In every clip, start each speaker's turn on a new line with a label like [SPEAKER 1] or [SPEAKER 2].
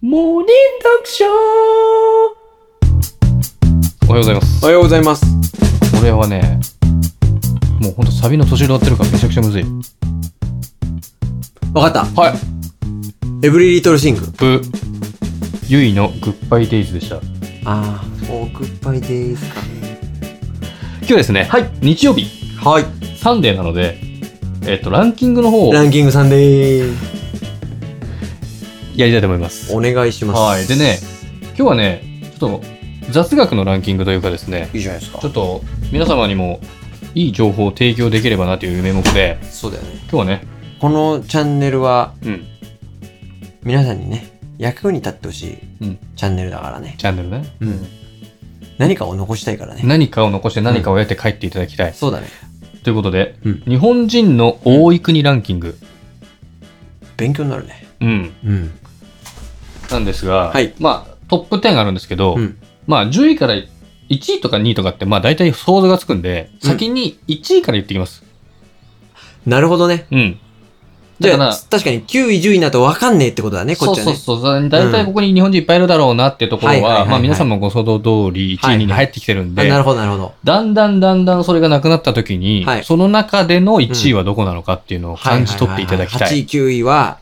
[SPEAKER 1] モーニング読書おはようございます
[SPEAKER 2] おはようございます。
[SPEAKER 1] これはねもうほんとサビの年で終わってるからめちゃくちゃむずい
[SPEAKER 2] わかった。
[SPEAKER 1] はい
[SPEAKER 2] エブリリトルシング。
[SPEAKER 1] ブゆいのグッバイデイズでした
[SPEAKER 2] ああ、おグッバイでーすか。
[SPEAKER 1] 今日ですねはい日曜日
[SPEAKER 2] はい。
[SPEAKER 1] サンデーなのでえっとランキングの方を
[SPEAKER 2] ラ
[SPEAKER 1] や
[SPEAKER 2] ンキングさんでーす。
[SPEAKER 1] りたいと思います
[SPEAKER 2] お願いします。
[SPEAKER 1] はいでね今日はねちょっと雑学のランキングというかですね
[SPEAKER 2] いいじゃないですか
[SPEAKER 1] ちょっと皆様にもいい情報を提供できればなという名目で
[SPEAKER 2] そうだよね。
[SPEAKER 1] 今日はね
[SPEAKER 2] このチャンネルは
[SPEAKER 1] うん
[SPEAKER 2] 皆さんにね、役に立ってほしい
[SPEAKER 1] うん
[SPEAKER 2] チャンネルだからね。
[SPEAKER 1] チャンネルね
[SPEAKER 2] うん。何かを残したいからね。
[SPEAKER 1] 何かを残して何かを得て帰っていただきたい。
[SPEAKER 2] そうだね。
[SPEAKER 1] ということで、
[SPEAKER 2] うん
[SPEAKER 1] 日本人の多い国ランキング、
[SPEAKER 2] 勉強になるね。
[SPEAKER 1] うん、
[SPEAKER 2] うん。
[SPEAKER 1] なんですが、
[SPEAKER 2] はい
[SPEAKER 1] まあ、トップ10あるんですけど、
[SPEAKER 2] うん。
[SPEAKER 1] まあ、10位から1位とか2位とかって、まあ、大体想像がつくんで、
[SPEAKER 2] うん
[SPEAKER 1] 先に1位から言ってきます。
[SPEAKER 2] なるほどね。
[SPEAKER 1] うん。
[SPEAKER 2] じ
[SPEAKER 1] だか
[SPEAKER 2] ゃ
[SPEAKER 1] ら
[SPEAKER 2] あ、、確かに9位、10位だと分かんねえってことだね、こ
[SPEAKER 1] そ
[SPEAKER 2] っ
[SPEAKER 1] う
[SPEAKER 2] ちは
[SPEAKER 1] そうそう、
[SPEAKER 2] ね。
[SPEAKER 1] 大体ここに日本人いっぱいいるだろうなっていうとこ
[SPEAKER 2] は
[SPEAKER 1] ろ
[SPEAKER 2] いはいはい
[SPEAKER 1] は、
[SPEAKER 2] はい
[SPEAKER 1] まあ、皆さんもご想像通り1位、
[SPEAKER 2] はいはい
[SPEAKER 1] 2位に入ってきてるんで、
[SPEAKER 2] あなるほど、なるほど。
[SPEAKER 1] だんだんだんだんそれがなくなった時に、
[SPEAKER 2] はい
[SPEAKER 1] その中での1位はどこなのかっていうのを感じ取っていただきたい。
[SPEAKER 2] 8位、9位は、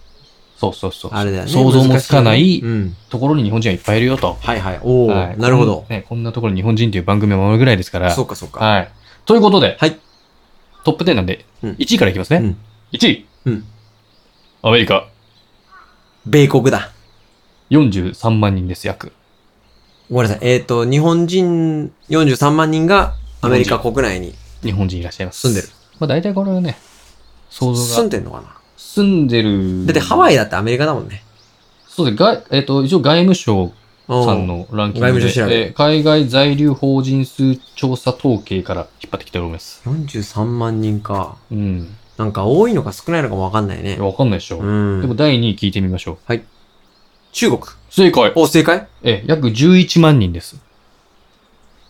[SPEAKER 1] そうそうそう。
[SPEAKER 2] あれだよね。
[SPEAKER 1] 想像もつかない
[SPEAKER 2] 難しうん。
[SPEAKER 1] ところに日本人はいっぱいいるよと。
[SPEAKER 2] はいはい。おお、
[SPEAKER 1] はい
[SPEAKER 2] なるほど。
[SPEAKER 1] ね、こんなところに日本人という番組を守るぐらいですから。
[SPEAKER 2] そうかそうか。
[SPEAKER 1] はい。ということで、
[SPEAKER 2] はい
[SPEAKER 1] トップ10なんで、
[SPEAKER 2] うん
[SPEAKER 1] 1位からいきますね。
[SPEAKER 2] うん
[SPEAKER 1] 1位、
[SPEAKER 2] うん
[SPEAKER 1] アメリカ、
[SPEAKER 2] 米国だ。
[SPEAKER 1] 43万人です、約。
[SPEAKER 2] ごめんなさい。えっ、と、日本人43万人がアメリカ国内に
[SPEAKER 1] 日本人いらっしゃいます。
[SPEAKER 2] 住んでる。
[SPEAKER 1] まあ大体これはね、想像
[SPEAKER 2] 住ん
[SPEAKER 1] が。
[SPEAKER 2] でんのかな
[SPEAKER 1] 住んでる。
[SPEAKER 2] だってハワ
[SPEAKER 1] イ。
[SPEAKER 2] イだってアメリカだもんね。
[SPEAKER 1] そうです。外えっ、と、一応外務省
[SPEAKER 2] うん
[SPEAKER 1] さんのランキングで、
[SPEAKER 2] 外務省調べ
[SPEAKER 1] えー海外在留法人数調査統計から引っ張ってきたと思います。
[SPEAKER 2] 43万人か。
[SPEAKER 1] うん。
[SPEAKER 2] なんか多いのか少ないのかもわかんないね。
[SPEAKER 1] わかんないでしょ。
[SPEAKER 2] うん。
[SPEAKER 1] でも第2位聞いてみましょう。
[SPEAKER 2] 中国。
[SPEAKER 1] 正解。
[SPEAKER 2] お、正解
[SPEAKER 1] え、約11万人です。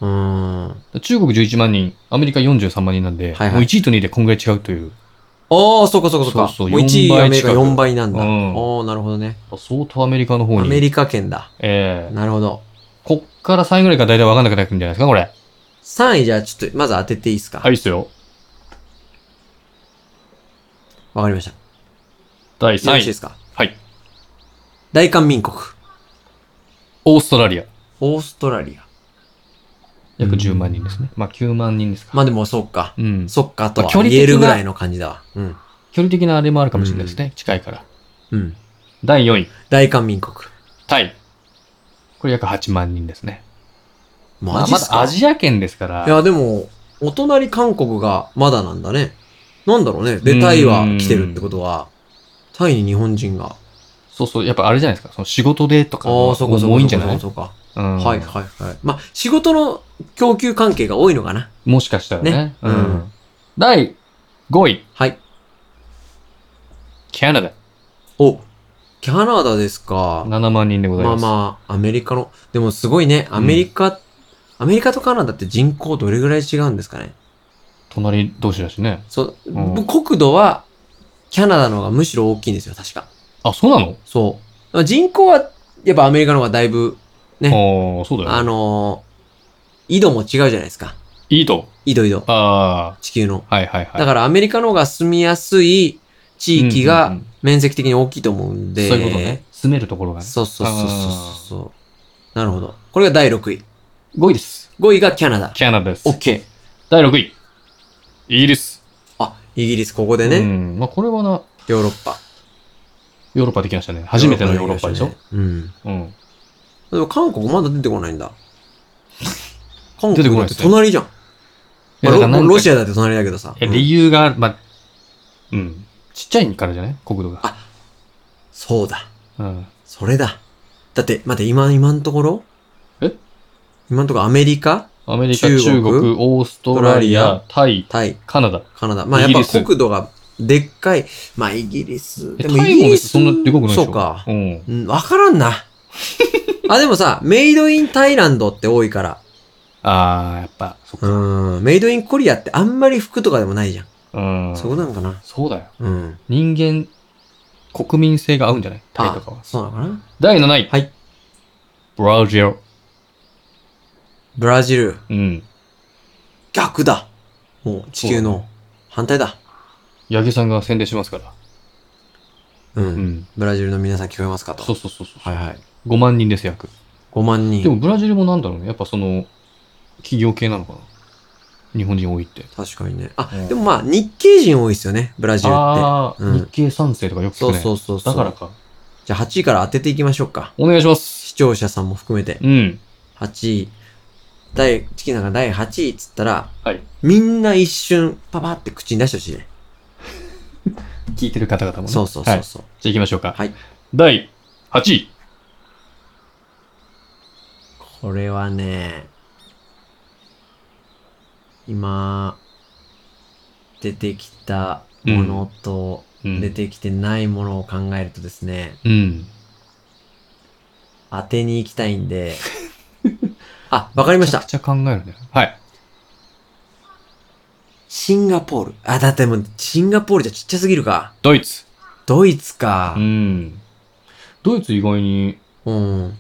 [SPEAKER 2] うーん。
[SPEAKER 1] 中国11万人、アメリカ43万人なんで、
[SPEAKER 2] はいはい
[SPEAKER 1] もう1位と2位でこんぐらい違うという、
[SPEAKER 2] おー、そうかそうかそうか。
[SPEAKER 1] そうそう
[SPEAKER 2] も1
[SPEAKER 1] 4
[SPEAKER 2] 位
[SPEAKER 1] 倍
[SPEAKER 2] アメリカ
[SPEAKER 1] 近く
[SPEAKER 2] 4倍なんだ。
[SPEAKER 1] うん
[SPEAKER 2] おー、なるほどね。
[SPEAKER 1] 相当アメリカの
[SPEAKER 2] ア
[SPEAKER 1] 方
[SPEAKER 2] メ
[SPEAKER 1] に、
[SPEAKER 2] リカ圏だ。
[SPEAKER 1] えー、
[SPEAKER 2] なるほど。
[SPEAKER 1] こっから3位ぐらいから大体分かんなくなってくるんじゃないですか、これ。
[SPEAKER 2] 3位じゃあちょっとまず当てていいですか
[SPEAKER 1] はい、いいっすよ。
[SPEAKER 2] わかりました。よ
[SPEAKER 1] 第
[SPEAKER 2] ろ
[SPEAKER 1] 3
[SPEAKER 2] しいで
[SPEAKER 1] 位。
[SPEAKER 2] すか
[SPEAKER 1] はい。
[SPEAKER 2] 大韓民国。
[SPEAKER 1] オーストラリア。
[SPEAKER 2] オーストラリア。
[SPEAKER 1] 約10万人ですね。まあ9万人ですか。
[SPEAKER 2] まあでもそうか。
[SPEAKER 1] うん。
[SPEAKER 2] そっかとは
[SPEAKER 1] 距離的な
[SPEAKER 2] 言えるぐらいの感じだわ。うん。
[SPEAKER 1] 距離的なあれもあるかもしれないですね。近いから。
[SPEAKER 2] うん。
[SPEAKER 1] 第4位。
[SPEAKER 2] 大韓民国。
[SPEAKER 1] タイ。これ約8万人ですね。ま
[SPEAKER 2] マ
[SPEAKER 1] あ
[SPEAKER 2] ジっ
[SPEAKER 1] ますだ
[SPEAKER 2] か、
[SPEAKER 1] アジア圏ですから。
[SPEAKER 2] いや、でも、お隣韓国がまだなんだね。なんだろうね。で、タイは来てるってことは、タイに日本人が。
[SPEAKER 1] そうそう、やっぱあれじゃないですか。その仕事でとかも、
[SPEAKER 2] そ
[SPEAKER 1] もう多いんじゃない
[SPEAKER 2] そうか。
[SPEAKER 1] うん
[SPEAKER 2] はいはいはい。まあ、仕事の供給関係が多いのかな。
[SPEAKER 1] もしかしたらね。
[SPEAKER 2] ね
[SPEAKER 1] う
[SPEAKER 2] うんん。
[SPEAKER 1] 第5位、
[SPEAKER 2] はい。
[SPEAKER 1] カナダ。
[SPEAKER 2] お、カナダですか。
[SPEAKER 1] 7万人でござい
[SPEAKER 2] まあ
[SPEAKER 1] ます。
[SPEAKER 2] まあ、アメリカの、でもすごいね、アメリカ、アメリカとカナダって人口どれぐらい違うんですかね。
[SPEAKER 1] 隣同士だしね。
[SPEAKER 2] そう、
[SPEAKER 1] うん
[SPEAKER 2] 国土は、キャナダの方がむしろ大きいんですよ、確か。
[SPEAKER 1] あ、そうなの
[SPEAKER 2] そう。人口は、やっぱアメリカの方がだいぶ、え
[SPEAKER 1] ああ、そうだ
[SPEAKER 2] あ
[SPEAKER 1] よね。
[SPEAKER 2] のー、緯度も違うじゃないですか。
[SPEAKER 1] いいと。
[SPEAKER 2] 緯度緯度。
[SPEAKER 1] あ
[SPEAKER 2] 地球の。
[SPEAKER 1] あ、はいはいはい。
[SPEAKER 2] だからアメリカの方が住みやすい地域
[SPEAKER 1] うんう
[SPEAKER 2] が
[SPEAKER 1] んうん
[SPEAKER 2] 面積的に大きいと思うん
[SPEAKER 1] そう
[SPEAKER 2] で。
[SPEAKER 1] いうことね。。住めるところがね。
[SPEAKER 2] そうそうそうそう
[SPEAKER 1] あー
[SPEAKER 2] そう。なるほど。これが第6位。
[SPEAKER 1] 5位です。
[SPEAKER 2] 5位がキャナダ。
[SPEAKER 1] カナダです。
[SPEAKER 2] OK。
[SPEAKER 1] 第6位、イギリス。
[SPEAKER 2] あ、イギリスここでね、
[SPEAKER 1] うん。まあこれはな、
[SPEAKER 2] ヨーロッパ。
[SPEAKER 1] ヨーロッパできましたね。初めてのヨーロッパでしょ。
[SPEAKER 2] うん。
[SPEAKER 1] うん。
[SPEAKER 2] でも韓国まだ出てこないんだ。韓
[SPEAKER 1] 出てこ
[SPEAKER 2] 国
[SPEAKER 1] な
[SPEAKER 2] だ
[SPEAKER 1] いで
[SPEAKER 2] って
[SPEAKER 1] すね
[SPEAKER 2] 隣じゃん。
[SPEAKER 1] いやだからな
[SPEAKER 2] ロ
[SPEAKER 1] んか
[SPEAKER 2] ロシアだって隣だけどさ。
[SPEAKER 1] え
[SPEAKER 2] うん
[SPEAKER 1] 理由が、まあ、うん。ちっちゃいからじゃない国土が。
[SPEAKER 2] あそうだ。
[SPEAKER 1] うん。
[SPEAKER 2] それだ。だって、待って、今、今のところ
[SPEAKER 1] え
[SPEAKER 2] 今のところアメリカ、
[SPEAKER 1] アメリカ、
[SPEAKER 2] 中
[SPEAKER 1] 中
[SPEAKER 2] 国
[SPEAKER 1] 国、オーストラリ
[SPEAKER 2] オー
[SPEAKER 1] ア、タイ、
[SPEAKER 2] タイ、
[SPEAKER 1] カナダ。
[SPEAKER 2] カナダ。まあ
[SPEAKER 1] イ
[SPEAKER 2] や
[SPEAKER 1] ギ
[SPEAKER 2] っ
[SPEAKER 1] リ
[SPEAKER 2] ぱ
[SPEAKER 1] ス
[SPEAKER 2] 国土がでっかい。まあイギリス。
[SPEAKER 1] え
[SPEAKER 2] で
[SPEAKER 1] タ
[SPEAKER 2] もイ
[SPEAKER 1] イ
[SPEAKER 2] ギ
[SPEAKER 1] も
[SPEAKER 2] リ
[SPEAKER 1] 別
[SPEAKER 2] ス
[SPEAKER 1] にそんなでかくないでしょ。
[SPEAKER 2] そうか。
[SPEAKER 1] うん。
[SPEAKER 2] うん、わからんな。あ、でもさ、メイドインタイランドって多いから。
[SPEAKER 1] ああ、やっぱ、そっか。
[SPEAKER 2] うん、メイドインコリアってあんまり服とかでもないじゃん。
[SPEAKER 1] うん。
[SPEAKER 2] そこなんかな。
[SPEAKER 1] そうだよ。
[SPEAKER 2] うん。
[SPEAKER 1] 人間、国民性が合うんじゃないタイとかは
[SPEAKER 2] あ。そうなのかな
[SPEAKER 1] 第7位。
[SPEAKER 2] はい。
[SPEAKER 1] ブラジル。
[SPEAKER 2] ブラジル。
[SPEAKER 1] うん。
[SPEAKER 2] 逆だ。もう地球の反対だ。
[SPEAKER 1] 八木さんが宣伝しますから。
[SPEAKER 2] う。
[SPEAKER 1] うんん。
[SPEAKER 2] ブラジルの皆さん聞こえますかと。
[SPEAKER 1] そうそうそうそう。
[SPEAKER 2] はいはい。
[SPEAKER 1] 5万人です、約。
[SPEAKER 2] 5万人。
[SPEAKER 1] でもブラジルもなんだろうね。やっぱその、企業系なのかな。日本人多いって。
[SPEAKER 2] 確かにね。あ、
[SPEAKER 1] うん
[SPEAKER 2] でもまあ、日系人多いですよね、ブラジルって。
[SPEAKER 1] ああ、
[SPEAKER 2] うん
[SPEAKER 1] 日系三世とかよく聞
[SPEAKER 2] そ
[SPEAKER 1] く
[SPEAKER 2] う
[SPEAKER 1] ね。
[SPEAKER 2] そううそうそ
[SPEAKER 1] だ
[SPEAKER 2] う。
[SPEAKER 1] からか。
[SPEAKER 2] じゃあ8位から当てていきましょうか。
[SPEAKER 1] お願いします。
[SPEAKER 2] 視聴者さんも含めて。
[SPEAKER 1] うん。
[SPEAKER 2] 8位。第、チキンさんが第8位っつったら、
[SPEAKER 1] はい。
[SPEAKER 2] みんな一瞬、パパって口に出してほしいね。
[SPEAKER 1] 聞いてる方々もね。
[SPEAKER 2] そうそう
[SPEAKER 1] は
[SPEAKER 2] そ
[SPEAKER 1] いうじ
[SPEAKER 2] そう。
[SPEAKER 1] ゃあ行きましょうか。
[SPEAKER 2] はい。
[SPEAKER 1] 第8位。
[SPEAKER 2] これはね、今、出てきたものと、
[SPEAKER 1] うん
[SPEAKER 2] 出てきてないものを考えるとですね、
[SPEAKER 1] うん。
[SPEAKER 2] 当てに行きたいんで、 あ、わかりまし
[SPEAKER 1] め
[SPEAKER 2] た。
[SPEAKER 1] ちゃくちゃ考えるね。はい。
[SPEAKER 2] シンガポール。あ、だってもう、シンガポールじゃちっちゃすぎるか。
[SPEAKER 1] ドイツ。
[SPEAKER 2] ドイツか
[SPEAKER 1] う。ん。ドイツ意外に
[SPEAKER 2] うん。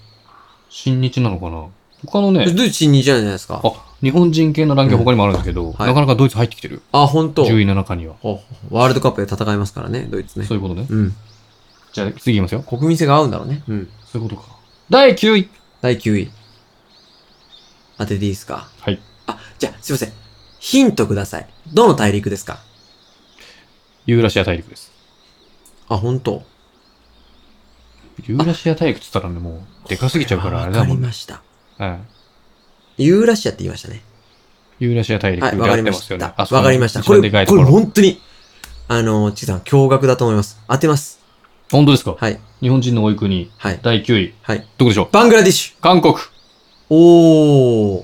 [SPEAKER 1] 親日なのかな。他のね、
[SPEAKER 2] ドイツ新日じゃないですか。
[SPEAKER 1] あ、日本人系のランキング他にもあるんですけど、
[SPEAKER 2] はい
[SPEAKER 1] なかなかドイツ入ってきてる。
[SPEAKER 2] あ、本当。
[SPEAKER 1] 10位の中には。
[SPEAKER 2] ほうワールドカップで戦いますからね、ドイツね
[SPEAKER 1] そ。ういうことね。
[SPEAKER 2] うん。
[SPEAKER 1] じゃあ次いきますよ。
[SPEAKER 2] 国民性が合うんだろうね。うん。
[SPEAKER 1] そういうことか。第9位。
[SPEAKER 2] 第9位。当てていいですか
[SPEAKER 1] はい。
[SPEAKER 2] あ、じゃあ、すいません。ヒントください。どの大陸ですか
[SPEAKER 1] ユーラシア大陸です。
[SPEAKER 2] あ、本当。
[SPEAKER 1] ユーラシア大陸って言ったらね、もう、でかすぎちゃうから、あれ
[SPEAKER 2] わ
[SPEAKER 1] だ
[SPEAKER 2] か
[SPEAKER 1] も
[SPEAKER 2] り
[SPEAKER 1] んね。
[SPEAKER 2] ました。
[SPEAKER 1] はい
[SPEAKER 2] ユーラシアって言いましたね。
[SPEAKER 1] ユーラシア大陸
[SPEAKER 2] は
[SPEAKER 1] で
[SPEAKER 2] い、わか
[SPEAKER 1] 合
[SPEAKER 2] り
[SPEAKER 1] って
[SPEAKER 2] ま
[SPEAKER 1] ま
[SPEAKER 2] し
[SPEAKER 1] すよ
[SPEAKER 2] た。
[SPEAKER 1] ね。
[SPEAKER 2] わかりました。
[SPEAKER 1] こ
[SPEAKER 2] こ
[SPEAKER 1] れ、
[SPEAKER 2] れ、
[SPEAKER 1] でかいと
[SPEAKER 2] こ
[SPEAKER 1] こ
[SPEAKER 2] れ
[SPEAKER 1] ろ。
[SPEAKER 2] 本当に、あの、ちきさん、驚愕だと思います。当てます。
[SPEAKER 1] 本当ですか
[SPEAKER 2] はい、
[SPEAKER 1] 日本人の多い国、
[SPEAKER 2] はい、
[SPEAKER 1] 第9位。
[SPEAKER 2] はい。
[SPEAKER 1] どこでしょう
[SPEAKER 2] バングラディッシュ
[SPEAKER 1] 韓国。
[SPEAKER 2] おー。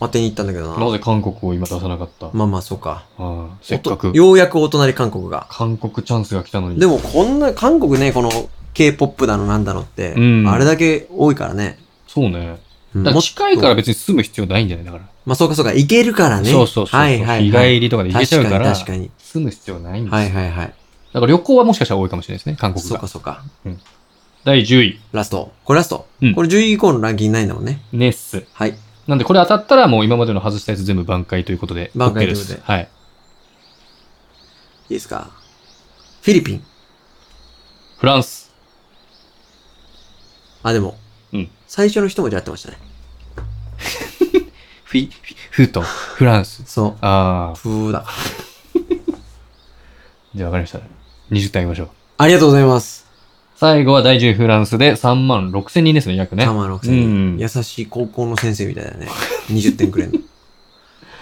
[SPEAKER 2] 当てに行ったんだけど
[SPEAKER 1] な
[SPEAKER 2] な。
[SPEAKER 1] ぜ韓国を今出さなかった
[SPEAKER 2] まあまあ、そうか。
[SPEAKER 1] はいせっ
[SPEAKER 2] おと
[SPEAKER 1] かく、
[SPEAKER 2] ようやくお隣韓国が。
[SPEAKER 1] 韓国チャンスが来たのに。
[SPEAKER 2] でもこんな、韓国ね、この K-POP だのなんだのって、
[SPEAKER 1] うん
[SPEAKER 2] あれだけ多いからね。
[SPEAKER 1] そうね。
[SPEAKER 2] うん
[SPEAKER 1] だから近いから
[SPEAKER 2] もっと
[SPEAKER 1] 別に住む必要ないんじゃないだから。
[SPEAKER 2] まあそうかそうか、行けるからね。
[SPEAKER 1] そうそうそう。
[SPEAKER 2] はいはい、
[SPEAKER 1] 日
[SPEAKER 2] はい。
[SPEAKER 1] 帰りとかで行けちゃうから、
[SPEAKER 2] 確かに
[SPEAKER 1] 住む必要ないんで
[SPEAKER 2] 確
[SPEAKER 1] す、
[SPEAKER 2] かに。はいはいはい。
[SPEAKER 1] だから旅行はもしかしたら多いかもしれないですね、韓国
[SPEAKER 2] そう
[SPEAKER 1] が
[SPEAKER 2] か。そうか。
[SPEAKER 1] 第10位、
[SPEAKER 2] ラスト。これラスト。
[SPEAKER 1] うん
[SPEAKER 2] これ10位以降のランキングないんだもんね。
[SPEAKER 1] ネッス。
[SPEAKER 2] はい。
[SPEAKER 1] なんでこれ当たったらもう今までの外したやつ全部挽回ということで、
[SPEAKER 2] 挽回
[SPEAKER 1] OK で
[SPEAKER 2] という
[SPEAKER 1] す。
[SPEAKER 2] こ
[SPEAKER 1] はい。
[SPEAKER 2] いいですか。フィリピン。
[SPEAKER 1] フランス。
[SPEAKER 2] あ、でも。
[SPEAKER 1] うん
[SPEAKER 2] 最初の人文字合ってましたね。
[SPEAKER 1] フィ、フィ、フーと、フランス。
[SPEAKER 2] そ
[SPEAKER 1] あ
[SPEAKER 2] う。
[SPEAKER 1] あ、
[SPEAKER 2] ふーだ。
[SPEAKER 1] じゃあわかりました。20点いきましょう。
[SPEAKER 2] ありがとうございます。
[SPEAKER 1] 最後は第10位フランスで3万6千人ですね、約ね。
[SPEAKER 2] タマのくせ
[SPEAKER 1] うん
[SPEAKER 2] に。優しい高校の先生みたいだね。20点くれんの。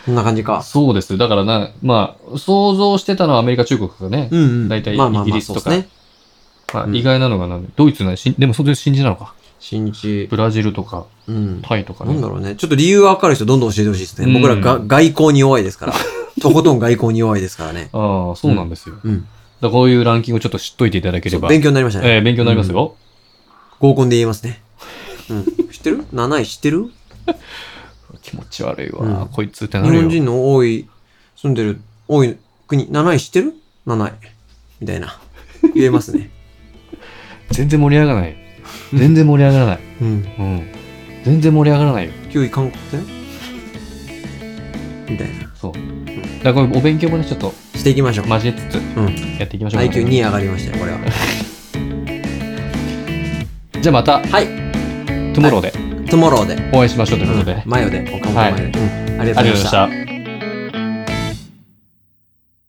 [SPEAKER 2] こんな感じ か。
[SPEAKER 1] そうです。だからな、まあ、想像してたのはアメリカ、中国がね、
[SPEAKER 2] うんうん。
[SPEAKER 1] 大体
[SPEAKER 2] まあまあ
[SPEAKER 1] イギ
[SPEAKER 2] まあ
[SPEAKER 1] リス
[SPEAKER 2] そ
[SPEAKER 1] と
[SPEAKER 2] う
[SPEAKER 1] か
[SPEAKER 2] ですね。
[SPEAKER 1] まあ
[SPEAKER 2] うん
[SPEAKER 1] 意外なのがなんで、ドイツないし、でもそれで新人なのか。
[SPEAKER 2] 新日
[SPEAKER 1] ブ。ラジルとか、
[SPEAKER 2] うん。
[SPEAKER 1] タイとか
[SPEAKER 2] なん
[SPEAKER 1] ね
[SPEAKER 2] だ。ろうね。ちょっと理由がわかる人どんどん教えてほしいです
[SPEAKER 1] うん
[SPEAKER 2] ね。僕らが外交に弱い ですから。とことん外交に弱いですからね。
[SPEAKER 1] ああ、そうなんですよ。だか
[SPEAKER 2] うん。
[SPEAKER 1] らこういうランキングをちょっと知っといていただけれ
[SPEAKER 2] そう
[SPEAKER 1] ば。
[SPEAKER 2] 勉強になりましたね。
[SPEAKER 1] えー勉強になりますよ。
[SPEAKER 2] 合コンで言えますね。うん。知ってる ?7 位知ってる日
[SPEAKER 1] 気持ち悪いわ、
[SPEAKER 2] うん
[SPEAKER 1] こいつってなるよ。
[SPEAKER 2] 本人の多い、住んでる、多い国、7位知ってる ?7 位。みたいな。言えます ね。
[SPEAKER 1] 全然盛り上がらない。全然盛り上がらない。
[SPEAKER 2] うん。
[SPEAKER 1] うん。全然盛り上がらないよ。
[SPEAKER 2] 9位韓国でね。みたいな。
[SPEAKER 1] そう。だからこれお勉強もね、ちょっと
[SPEAKER 2] していきましょう。
[SPEAKER 1] 交えつつ
[SPEAKER 2] うん。
[SPEAKER 1] やっていきましょうか、ね。
[SPEAKER 2] IQ2 位上がりましたよ、これは。
[SPEAKER 1] じゃあまた、
[SPEAKER 2] はい。
[SPEAKER 1] トゥモローで
[SPEAKER 2] トゥモローで。
[SPEAKER 1] お会いしましょうということで。
[SPEAKER 2] マヨで。岡本マヨで。うん。ありがとうございました。
[SPEAKER 1] た。